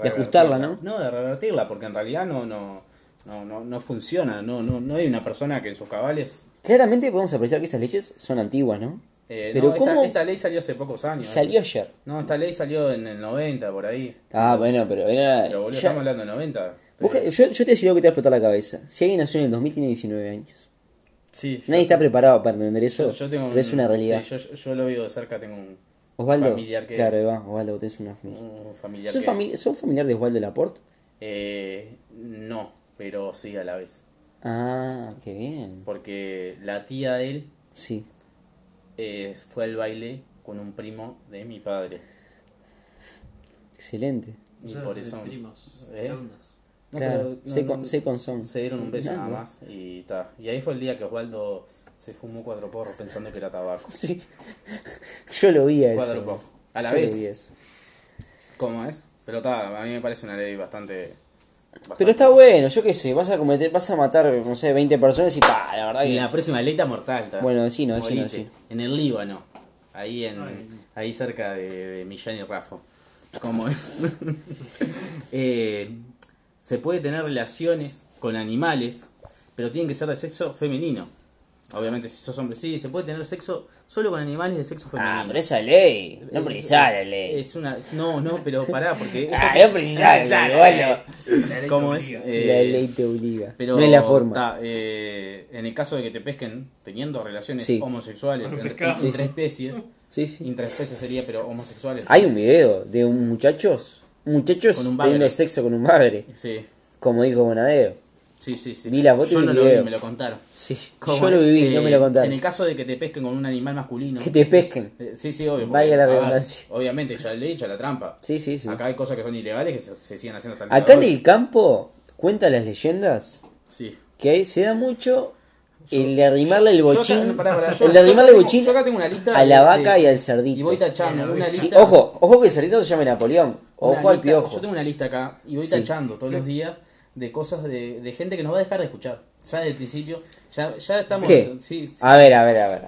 A: De ajustarla, ¿no?
B: No, de revertirla, porque en realidad no, no, no, no, no funciona, no, no, no hay una persona que en sus cabales...
A: Claramente podemos apreciar que esas leyes son antiguas, ¿no?
B: eh,
A: Pero
B: no, esta-
A: ¿cómo?
B: Esta, ley salió hace pocos años.
A: Salió ayer.
B: No, esta ley salió en el 90, por ahí.
A: Ah, bueno, pero era...
B: Pero boludo,
A: ya-
B: estamos hablando del Eh, 90.
A: Vos que- yo, yo te decía algo que te va a explotar la cabeza. Si alguien nació en el 2000 tiene 19 años.
B: Sí, yo-
A: Nadie está preparado para entender eso,
B: yo- yo tengo
A: pero es
B: un-
A: una realidad.
B: sí, yo, yo- yo lo vivo de cerca, tengo un,
A: Osvaldo,
B: familiar que-
A: claro, ahí va, Osvaldo, vos tenés una familia.
B: un familiar
A: ¿Sos,
B: que-
A: famili- sos familiar de Osvaldo Laporte?
B: Eh, no, pero sí a la vez.
A: Ah, qué bien.
B: Porque la tía de él
A: Sí.
B: eh, fue al baile con un primo de mi padre.
A: Excelente.
B: Y
C: Ya,
B: por
C: de
B: eso.
C: Primos,
B: ¿Eh?
C: segundos.
B: No,
A: claro,
B: pero-
A: sé,
B: no,
A: con,
B: no,
A: sé con son.
B: se dieron un beso
A: Ah,
B: nada
A: bueno.
B: más y ta. Y ahí fue el día que Osvaldo se fumó cuatro porros pensando que era tabaco.
A: Sí. Yo lo vi a eso.
B: Cuatro porros. A la
A: Yo lo
B: vez.
A: vi a eso.
B: ¿Cómo es? Pero ta, a mí me parece una ley bastante. bastante-
A: Pero está bueno, yo qué sé, vas a cometer, vas a matar, no sé, 20 personas y pa, la verdad
B: Y
A: que.
B: la próxima ley está mortal. ta.
A: Bueno, decino, decino,
B: Morite.
A: decino.
B: En el Líbano. Ahí en
C: Ay.
B: ahí cerca de, de Millán y Rafa. Como es. Eh, se puede tener relaciones con animales, pero tienen que ser de sexo femenino. Obviamente, si sos hombre, sí, se puede tener sexo solo con animales de sexo femenino.
A: Ah, pero esa ley. No precisás la
B: Es-
A: ley.
B: Es una, no, no, pero pará, porque.
A: Ah, no precisás la ley, bueno.
B: ¿Cómo es?
A: la
B: Eh,
A: ley te obliga.
B: pero,
A: no es la forma.
B: ta, eh, en el caso de que te pesquen teniendo relaciones
A: Sí.
B: homosexuales
C: Con
B: entre,
C: pescado.
B: entre
A: Sí, sí.
B: especies,
A: Sí, sí.
B: interespecies sería, pero homosexuales.
A: Hay un video de un muchachos, muchachos
B: Con un bagre.
A: teniendo sexo con un madre,
B: Sí,
A: como dijo Bonadeo.
B: sí, sí. sí.
A: Vi la foto y
B: Yo
A: el
B: no lo vi,
A: video.
B: me lo contaron.
A: Sí,
B: ¿Cómo
A: yo lo
B: es?
A: viví,
B: Eh,
A: no me lo
B: En el
A: contaron.
B: caso de que te pesquen con un animal masculino.
A: Que te pesquen.
B: Eh, Sí, sí, obvio.
A: Valga
B: porque,
A: la
B: a ver,
A: redundancia.
B: Obviamente, ya le he dicho la trampa.
A: Sí, sí, sí.
B: Acá hay cosas que son ilegales que se, se siguen haciendo hasta el día
A: Acá en
B: de hoy.
A: el campo cuentan las leyendas
B: Sí.
A: que ahí se da mucho El de arrimarle el
B: Yo acá-
A: bochín.
B: pará, pará, yo-
A: El de
B: yo acá
A: arrimarle el
B: tengo-
A: bochín
B: yo acá tengo una lista
A: a la
B: de-
A: vaca
B: de-
A: y al
B: Y voy
A: cerdito.
B: tachando
C: Sí,
B: una
A: Sí,
B: lista.
A: ojo, ojo que el cerdito se llame Napoleón.
B: una
A: Ojo al
B: lista-
A: piojo.
B: Yo tengo una lista acá y voy
A: Sí.
B: tachando todos los días de cosas de, de gente que nos va a dejar de escuchar. Ya desde el principio, ya, ya estamos.
A: ¿Qué? Ah.
B: Sí, sí.
A: A ver, a ver, a ver.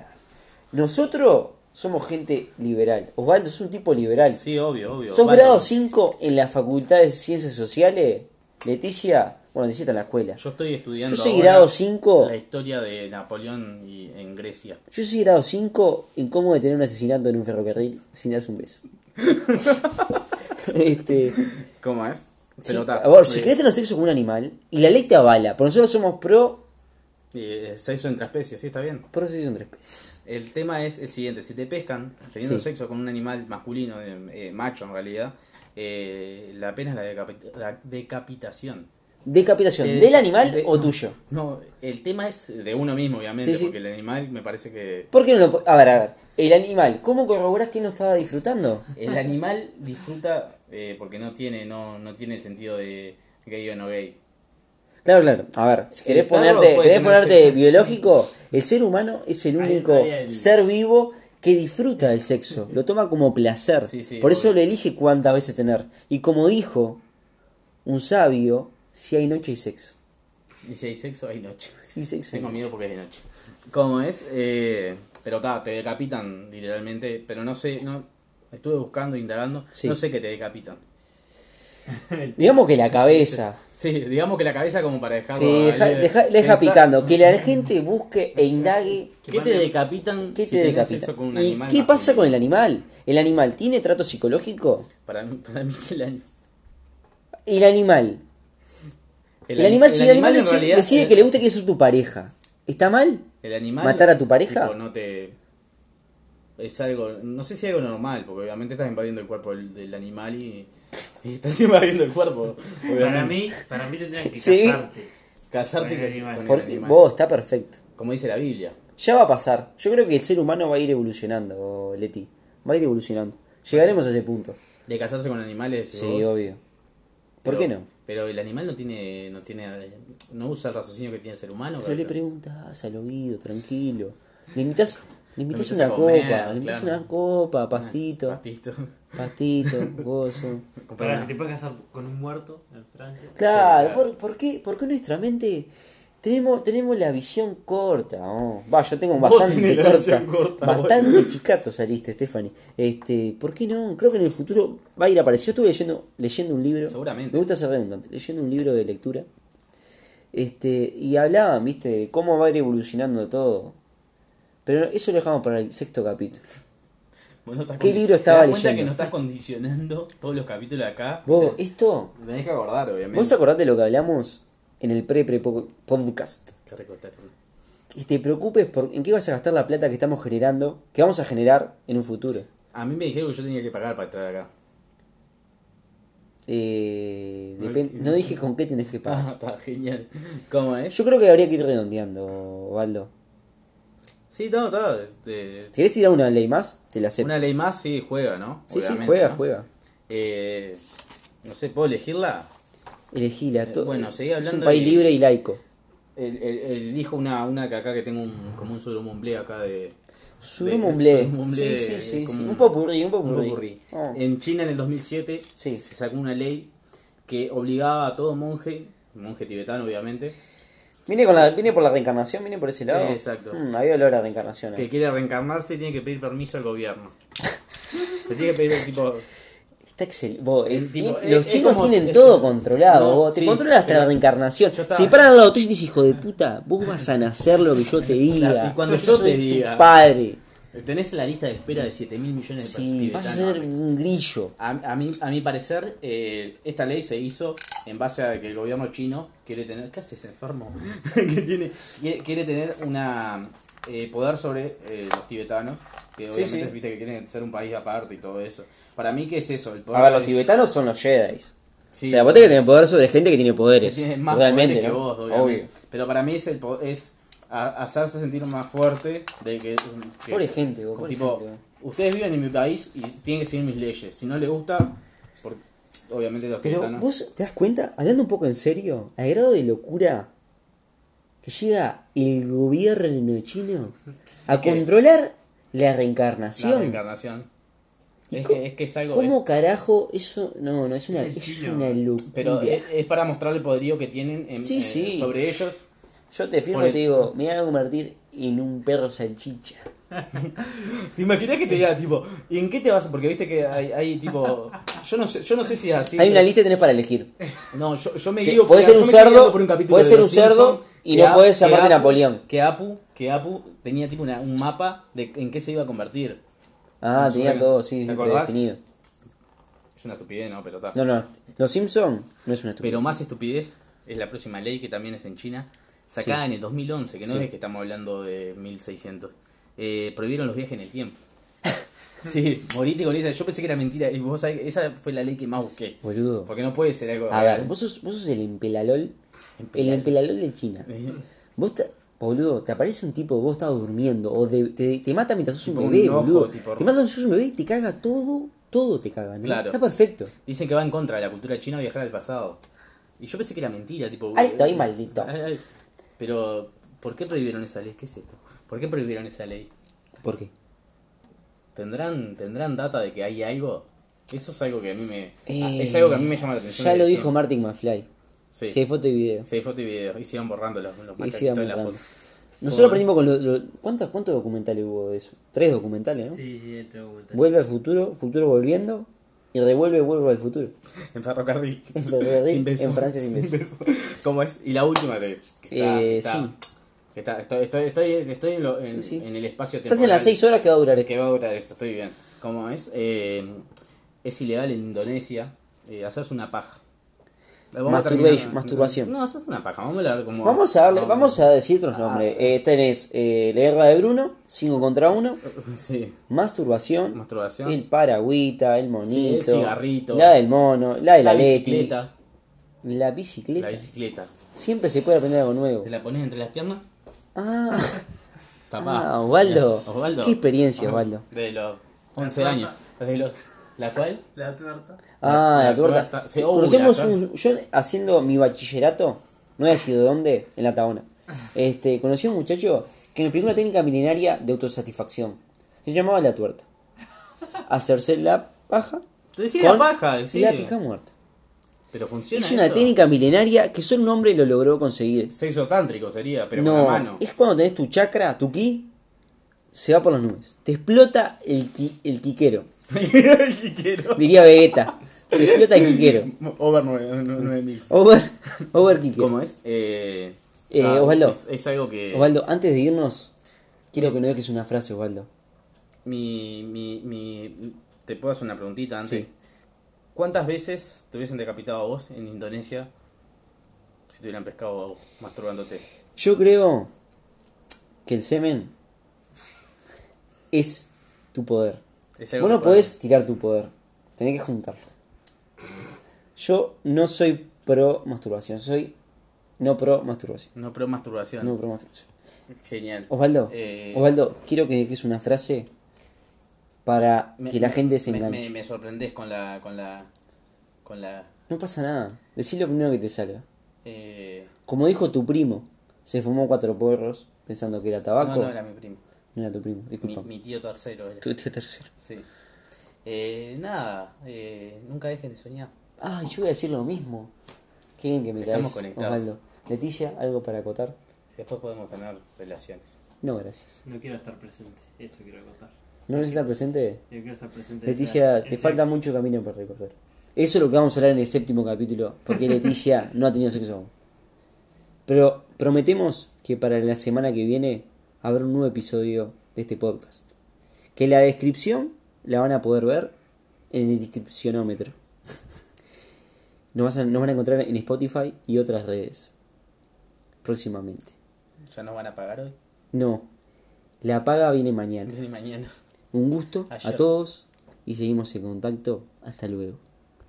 A: Nosotros somos gente liberal. Osvaldo es un tipo liberal.
B: Sí, obvio, obvio.
A: Sos
B: Vale.
A: grado 5 en la Facultad de Ciencias Sociales. Leticia, bueno, Leticia está en la escuela.
B: Yo estoy estudiando.
A: Yo soy
B: ahora
A: grado 5.
B: La historia de Napoleón y, en Grecia.
A: Yo soy grado 5 en cómo detener un asesinato en un ferrocarril sin darse un beso. este,
B: ¿Cómo es?
A: sí,
B: Pero está.
A: a ver, si
B: Eh,
A: querés tener sexo con un animal y la ley te avala, porque nosotros somos pro,
B: eh, sexo entre especies, sí, está bien.
A: pro sexo entre especies.
B: El tema es el siguiente: si te pescan teniendo
A: Sí.
B: sexo con un animal masculino, eh, eh, macho en realidad, eh, la pena es la, decapita- la decapitación.
A: Decapitación,
B: Eh,
A: ¿del animal
B: de-
A: o
B: no,
A: tuyo?
B: No, el tema es de uno mismo, obviamente,
A: Sí, sí.
B: porque el animal me parece que.
A: ¿Por qué no lo po- A ver, a ver. El animal, ¿cómo corroborás que no estaba disfrutando?
B: El animal disfruta eh, porque no tiene, no, no tiene sentido de gay o no gay.
A: Claro, claro. A ver, si querés
B: El perro
A: ponerte,
B: puede
A: querés
B: tener
A: ponerte
B: sexo.
A: biológico, el ser humano es el
C: Ahí
A: único
C: estaría el-
A: ser vivo que disfruta del sexo, lo toma como placer.
B: Sí, sí,
A: Por eso
B: obvio.
A: lo elige cuántas veces tener. Y como dijo un sabio, si hay noche hay sexo.
B: Y si hay sexo, hay noche.
A: Si hay sexo. hay
B: Tengo
A: noche.
B: miedo porque es de noche. ¿Cómo es? Eh, pero ta, te decapitan literalmente, pero no sé, no estuve buscando, indagando,
A: Sí.
B: no sé que te decapitan.
A: Digamos que la cabeza.
B: Sí, digamos que la cabeza como para dejarlo.
A: Sí,
B: ahí,
A: deja,
B: eh,
A: deja- deja
B: pensar-
A: picando. Que la gente busque e indague
B: ¿Qué te decapitan
A: qué
B: si
A: te
B: tenés
A: decapita.
B: sexo con un
A: ¿Y
B: animal
A: qué pasa
B: masculino?
A: con el animal? ¿El animal tiene trato psicológico?
B: Para mí, para mí que el ani-
A: El animal El, animal, si el animal,
B: en
A: decide,
B: realidad,
A: decide
B: el-
A: que le gusta que ser tu pareja, ¿está mal?
B: el animal,
A: matar a tu pareja.
B: tipo, no te es algo, no sé si es algo normal, porque obviamente estás invadiendo el cuerpo del, del animal y, y estás invadiendo el cuerpo.
C: Para
B: obviamente.
C: mí, para mí tendrías que
A: Sí.
C: casarte.
B: casarte
C: Con
B: con
C: el animal.
B: con el
A: Por ti-
B: animal.
A: vos, está perfecto.
B: Como dice la Biblia.
A: Ya va a pasar. Yo creo que el ser humano va a ir evolucionando, Leti. Va a ir evolucionando. Llegaremos a ese punto.
B: De casarse con animales.
A: Sí,
B: vos,
A: obvio. ¿Por
B: pero-
A: qué no?
B: Pero el animal no tiene, no tiene, no usa el raciocinio que tiene el ser humano.
A: Pero le
B: cabeza.
A: preguntas al oído, tranquilo. Le invitas, le invitas
B: Le invitas
A: una
B: a comer,
A: copa, le invitas
B: claro.
A: una copa,
B: Ah,
A: pastito,
B: Pastito.
A: pastito, gozo.
B: Comprar
C: Pará,
B: una-
C: si te puedes casar con un muerto en Francia.
A: Claro,
B: Sí, claro.
A: ¿por, por qué, por qué nuestra mente tenemos, tenemos la visión corta? oh? Va, yo tengo
B: Vos
A: bastante
B: tenés la
A: corta.
B: visión corta,
A: bastante
B: boludo.
A: chicato saliste, Stephanie. Este, ¿por qué no? Creo que en el futuro va a ir apareciendo. Yo estuve leyendo, leyendo un libro.
B: Seguramente.
A: Me gusta ser redundante. Leyendo un libro de lectura. Este, y hablaban, viste, de cómo va a ir evolucionando todo. Pero eso lo dejamos para el sexto capítulo.
B: Vos no estás
A: ¿Qué
B: condi-
A: libro estaba
B: ¿Te das cuenta
A: leyendo?
B: que no estás condicionando todos los capítulos de acá?
A: Vos,
B: Te-
A: esto,
B: Me tenés que acordar, obviamente.
A: vos acordate lo que hablamos en el pre-pre-podcast.
B: Qué rico está, qué rico.
A: que te preocupes por en qué vas a gastar la plata que estamos generando, que vamos a generar en un futuro.
B: A mí me dijeron que yo tenía que pagar para entrar acá.
A: Eh,
B: No hay
A: depen-
B: que-
A: no dije con qué tenés que
B: Ah,
A: pagar.
B: está genial. ¿Cómo es?
A: Yo creo que habría que ir redondeando, Valdo.
B: Sí, todo, todo. este,
A: ¿Querés ir a una ley más? Te la acepto.
B: una ley más, sí, juega, ¿no?
A: Sí, sí,
B: Obviamente,
A: juega,
B: ¿no?
A: juega.
B: Eh, no sé, ¿puedo elegirla?
A: Elegila.
B: Eh,
A: to-
B: bueno, seguí
A: es un
B: hablando
A: país
B: de-
A: libre y laico.
B: El, el, el dijo una, una que acá que tengo un, como un surumumble acá de...
A: Surumumble.
B: surumumble,
A: Sí, sí, sí.
B: es como
A: sí.
B: un-
A: Un popurrí, un
B: Un
A: popurrí.
B: popurrí.
A: Oh.
B: En China en el 2007
A: Sí.
B: se sacó una ley que obligaba a todo monje, monje tibetano obviamente,
A: Viene, con la, viene por la reencarnación, viene por ese lado.
B: Eh, exacto.
A: Mm, había olor a reencarnación. ahí.
B: que quiere reencarnarse tiene que pedir permiso al gobierno. Le tiene que pedir el tipo...
A: Está excelente. Vos, eh,
B: El tipo,
A: eh, los
B: es- es
A: chicos
B: como-
A: tienen
B: es-
A: todo controlado.
B: No,
A: vos. Te
B: sí,
A: controlan hasta
B: pero-
A: la reencarnación.
B: Yo estaba-
A: Si paran al lado tuyo y te dicen, hijo de puta, vos vas a nacer lo que yo te diga. Eh,
B: y cuando yo
A: soy
B: te
A: tu
B: diga".
A: padre.
B: Tenés la lista de espera de 7 mil millones de
A: Sí, vas a
B: tibetanos.
A: ser un grillo.
B: A, a mí, a mi parecer, eh, esta ley se hizo en base a que el gobierno chino quiere tener. ¿Qué haces, enfermo? que tiene, quiere, quiere tener una eh, poder sobre eh, los tibetanos. Que obviamente
A: sí.
B: viste que quieren ser un país aparte y todo eso. Para mí, ¿qué es eso? El poder
A: A ver, los
B: es-
A: tibetanos son los Jedi.
B: Sí.
A: o sea, vos tenés que tener poder sobre gente que tiene poderes.
B: Tiene más
A: realmente,
B: poderes que
A: ¿no?
B: vos,
A: Obvio.
B: obviamente. Pero para mí es, el, po- es a- hacerse sentir más fuerte de que... que
A: Pobre gente, vos,
B: como
A: pobre
B: tipo,
A: gente, vos.
B: ustedes viven en mi país y tienen que seguir mis leyes. Si no les gusta, por- obviamente los
A: Pero
B: tibetanos-
A: vos te das cuenta, hablando un poco en serio, al grado de locura que llega el gobierno chino a controlar la reencarnación.
B: La reencarnación.
A: ¿Y
B: Es
A: co-
B: que, es que es algo.
A: ¿Cómo carajo eso? No, no, es una,
C: Es el
A: es
C: chino.
A: una locura.
B: Pero eh, es, es para mostrar el poderío que tienen en-
A: Sí,
B: eh,
A: sí.
B: sobre ellos.
A: Yo te firmo
B: Por
A: y te
B: el-
A: digo, me voy a convertir en un perro salchicha.
B: ¿Te imaginas que te diga, tipo, ¿y en qué te vas? Porque viste que hay, hay tipo. Yo no, sé, yo no sé si es así.
A: Hay una
B: pero-
A: lista que tenés para elegir.
B: No, yo, yo me
A: Que
B: guío.
A: podés
B: mira,
A: ser
B: yo
A: un
B: me estoy
A: cerdo,
B: guiando por un capítulo
A: podés
B: de
A: ser
B: Los
A: un cerdo
B: Simpson,
A: y
B: que
A: no
B: Apu-
A: podés
B: que
A: llamarte
B: Apu-
A: Napoleón.
B: Que Apu, que Apu tenía tipo una- un mapa de en qué se iba a convertir.
A: Ah,
B: No,
A: tenía
B: suena.
A: todo, sí,
B: ¿Te
A: sí,
B: acordás?
A: predefinido.
B: Es una estupidez, ¿no? Pero está.
A: No, no, Los Simpson no es una estupidez.
B: Pero más estupidez es la próxima ley que también es en China, sacada
A: Sí.
B: en el 2011, que no
A: Sí.
B: es que estamos hablando de 1600. Eh, prohibieron los viajes en el tiempo. sí, morite con esa. Yo pensé que era mentira. Y vos sabés, que esa fue la ley que más busqué.
A: Boludo.
B: Porque no puede ser algo.
A: A ver, vos sos, vos sos el empelalol. El empelalol de China. Vos, te- boludo, te aparece un tipo, vos estás durmiendo, o de- te, te mata mientras sos un
B: Tipo un
A: bebé,
B: ojo,
A: boludo.
B: tipo-
A: Te mata mientras sos un bebé y te caga todo, todo te caga, ¿no?
B: Claro.
A: Está perfecto.
B: Dicen que va en contra de la cultura china viajar al pasado. Y yo pensé que era mentira, tipo. eh,
A: Alto ahí, maldito.
B: Ay, ay. Pero, ¿por qué prohibieron esa ley? ¿Qué es esto? ¿Por qué prohibieron esa ley?
A: ¿Por qué?
B: ¿Tendrán, ¿Tendrán data de que hay algo? Eso es algo que a mí me.
A: Eh,
B: Ah, es algo que a mí me llama la atención.
A: Ya
B: de
A: lo
B: decir.
A: dijo Martin McFly.
B: Sí.
A: Si hay foto y video.
B: Sí, foto y video. Y sigan borrando los, los
A: Y
B: macaquitos
A: sigan
B: de la
A: buscando.
B: foto.
A: Nosotros
B: Por-
A: aprendimos con los... los- ¿cuántos, ¿Cuántos documentales hubo de eso? Tres documentales, ¿no?
C: Sí, sí, tengo que comentar.
A: Vuelve al futuro, futuro volviendo, y revuelve, vuelve al futuro.
B: En ferrocarril.
A: En ferrocarril,
B: Sin beso.
A: en Francia sin
B: beso. ¿Cómo es? Y la última de. Que está,
A: Eh,
B: está-
A: sí.
B: que está- estoy, estoy, estoy, estoy en, lo- en-
A: Sí, sí.
B: en el espacio temporal.
A: Estás en las seis horas que va a durar
B: que
A: esto.
B: va a durar esto, estoy bien. ¿Cómo es? Eh, es ilegal en Indonesia eh, hacerse una paja. Vamos a
A: Masturbation,
B: terminar-
A: masturbación.
B: No, hacerse una paja, vamos a hablar como.
A: Vamos a darle,
B: no.
A: vamos a decir otros
B: Ah.
A: nombres. Eh, tenés eh, la guerra de Bruno, 5 contra 1,
B: Sí,
A: masturbación,
B: masturbación.
A: el paragüita, el monito,
B: Sí, el cigarrito.
A: la del mono, la de la,
B: la
A: Leti,
B: bicicleta.
A: la bicicleta.
B: La bicicleta.
A: Siempre se puede aprender algo nuevo.
B: ¿Te la pones entre las piernas?
A: Ah,
B: Tapá.
A: Ah, Osvaldo.
B: Mira, Osvaldo.
A: Qué experiencia, Osvaldo.
B: De los 11 años. Desde los, ¿La cual?
C: La tuerta.
A: ah,
B: La-
A: la,
B: la
A: torta.
B: torta.
A: Sí,
B: Oh,
A: Conocemos
B: la torta.
A: un- Yo haciendo mi bachillerato, no he decidido dónde, en la Taona. Este, conocí a un muchacho que me explicó una técnica milenaria de autosatisfacción. Se llamaba la tuerta. Hacerse la paja.
B: Te decía
A: con
B: la paja, decí.
A: La pija muerta.
B: Pero funciona.
A: Es una
B: eso?
A: técnica milenaria que solo un hombre lo logró conseguir.
B: Sexo tántrico sería, pero con la
A: No,
B: mano.
A: es cuando tenés tu chakra, tu ki, se va por las nubes. Te explota el, ki- el quiquero.
B: Y quiero.
A: Diría Vegeta. Te explota el quiquero.
B: Over 9000.
A: Over, over quiquero.
B: ¿Cómo es? Eh,
A: Eh, Osvaldo.
B: Es, es algo que.
A: Osvaldo, antes de irnos, quiero que nos dejes una frase, Osvaldo.
B: Mi, mi, mi, te puedo hacer una preguntita antes.
A: Sí.
B: ¿Cuántas veces te hubiesen decapitado a vos en Indonesia si te hubieran pescado a vos masturbándote?
A: Yo creo que el semen es tu poder.
B: Es algo
A: Vos no
B: que podemos-
A: podés tirar tu poder. Tenés que juntarlo. Yo no soy pro masturbación, soy no pro masturbación.
B: No, pero masturbación.
A: No pro masturbación.
B: Genial.
A: Osvaldo,
B: Eh,
A: Osvaldo, quiero que dejes una frase para
B: me-
A: que la
B: me-
A: gente se
B: me-
A: enganche.
B: Me, me sorprendés con la. con la. con la.
A: No pasa nada. Decí lo primero que te salga.
B: eh,
A: Como dijo tu primo, se fumó cuatro porros pensando que era
B: no,
A: tabaco.
B: no, era mi primo.
A: tu primo,
B: Mi,
A: disculpa.
B: mi tío tercero era.
A: Tu tío tercero.
B: Sí. Eh, nada, eh, nunca dejes de soñar.
A: Ah, yo voy a decir lo mismo. Qué bien que me
B: Estamos
A: traes,
B: conectados.
A: Osvaldo. Leticia, ¿algo para acotar?
B: Después podemos tener relaciones.
A: No, gracias.
C: No quiero estar presente, eso quiero contar. Yo
A: ¿No necesitas presente?
C: quiero estar presente.
A: Leticia,
C: Esa-
A: te
C: ese-
A: falta mucho camino para recorrer. Eso es lo que vamos a hablar en el séptimo capítulo, porque Leticia no ha tenido sexo aún. Pero prometemos que para la semana que viene habrá un nuevo episodio de este podcast. Que la descripción la van a poder ver en el descripcionómetro. Nos, vas a- nos van a encontrar en Spotify y otras redes. Próximamente.
B: ¿Ya nos van a pagar hoy?
A: No. La paga viene mañana.
B: Ni mañana.
A: Un gusto a
B: Ayer.
A: todos y seguimos en contacto. Hasta luego.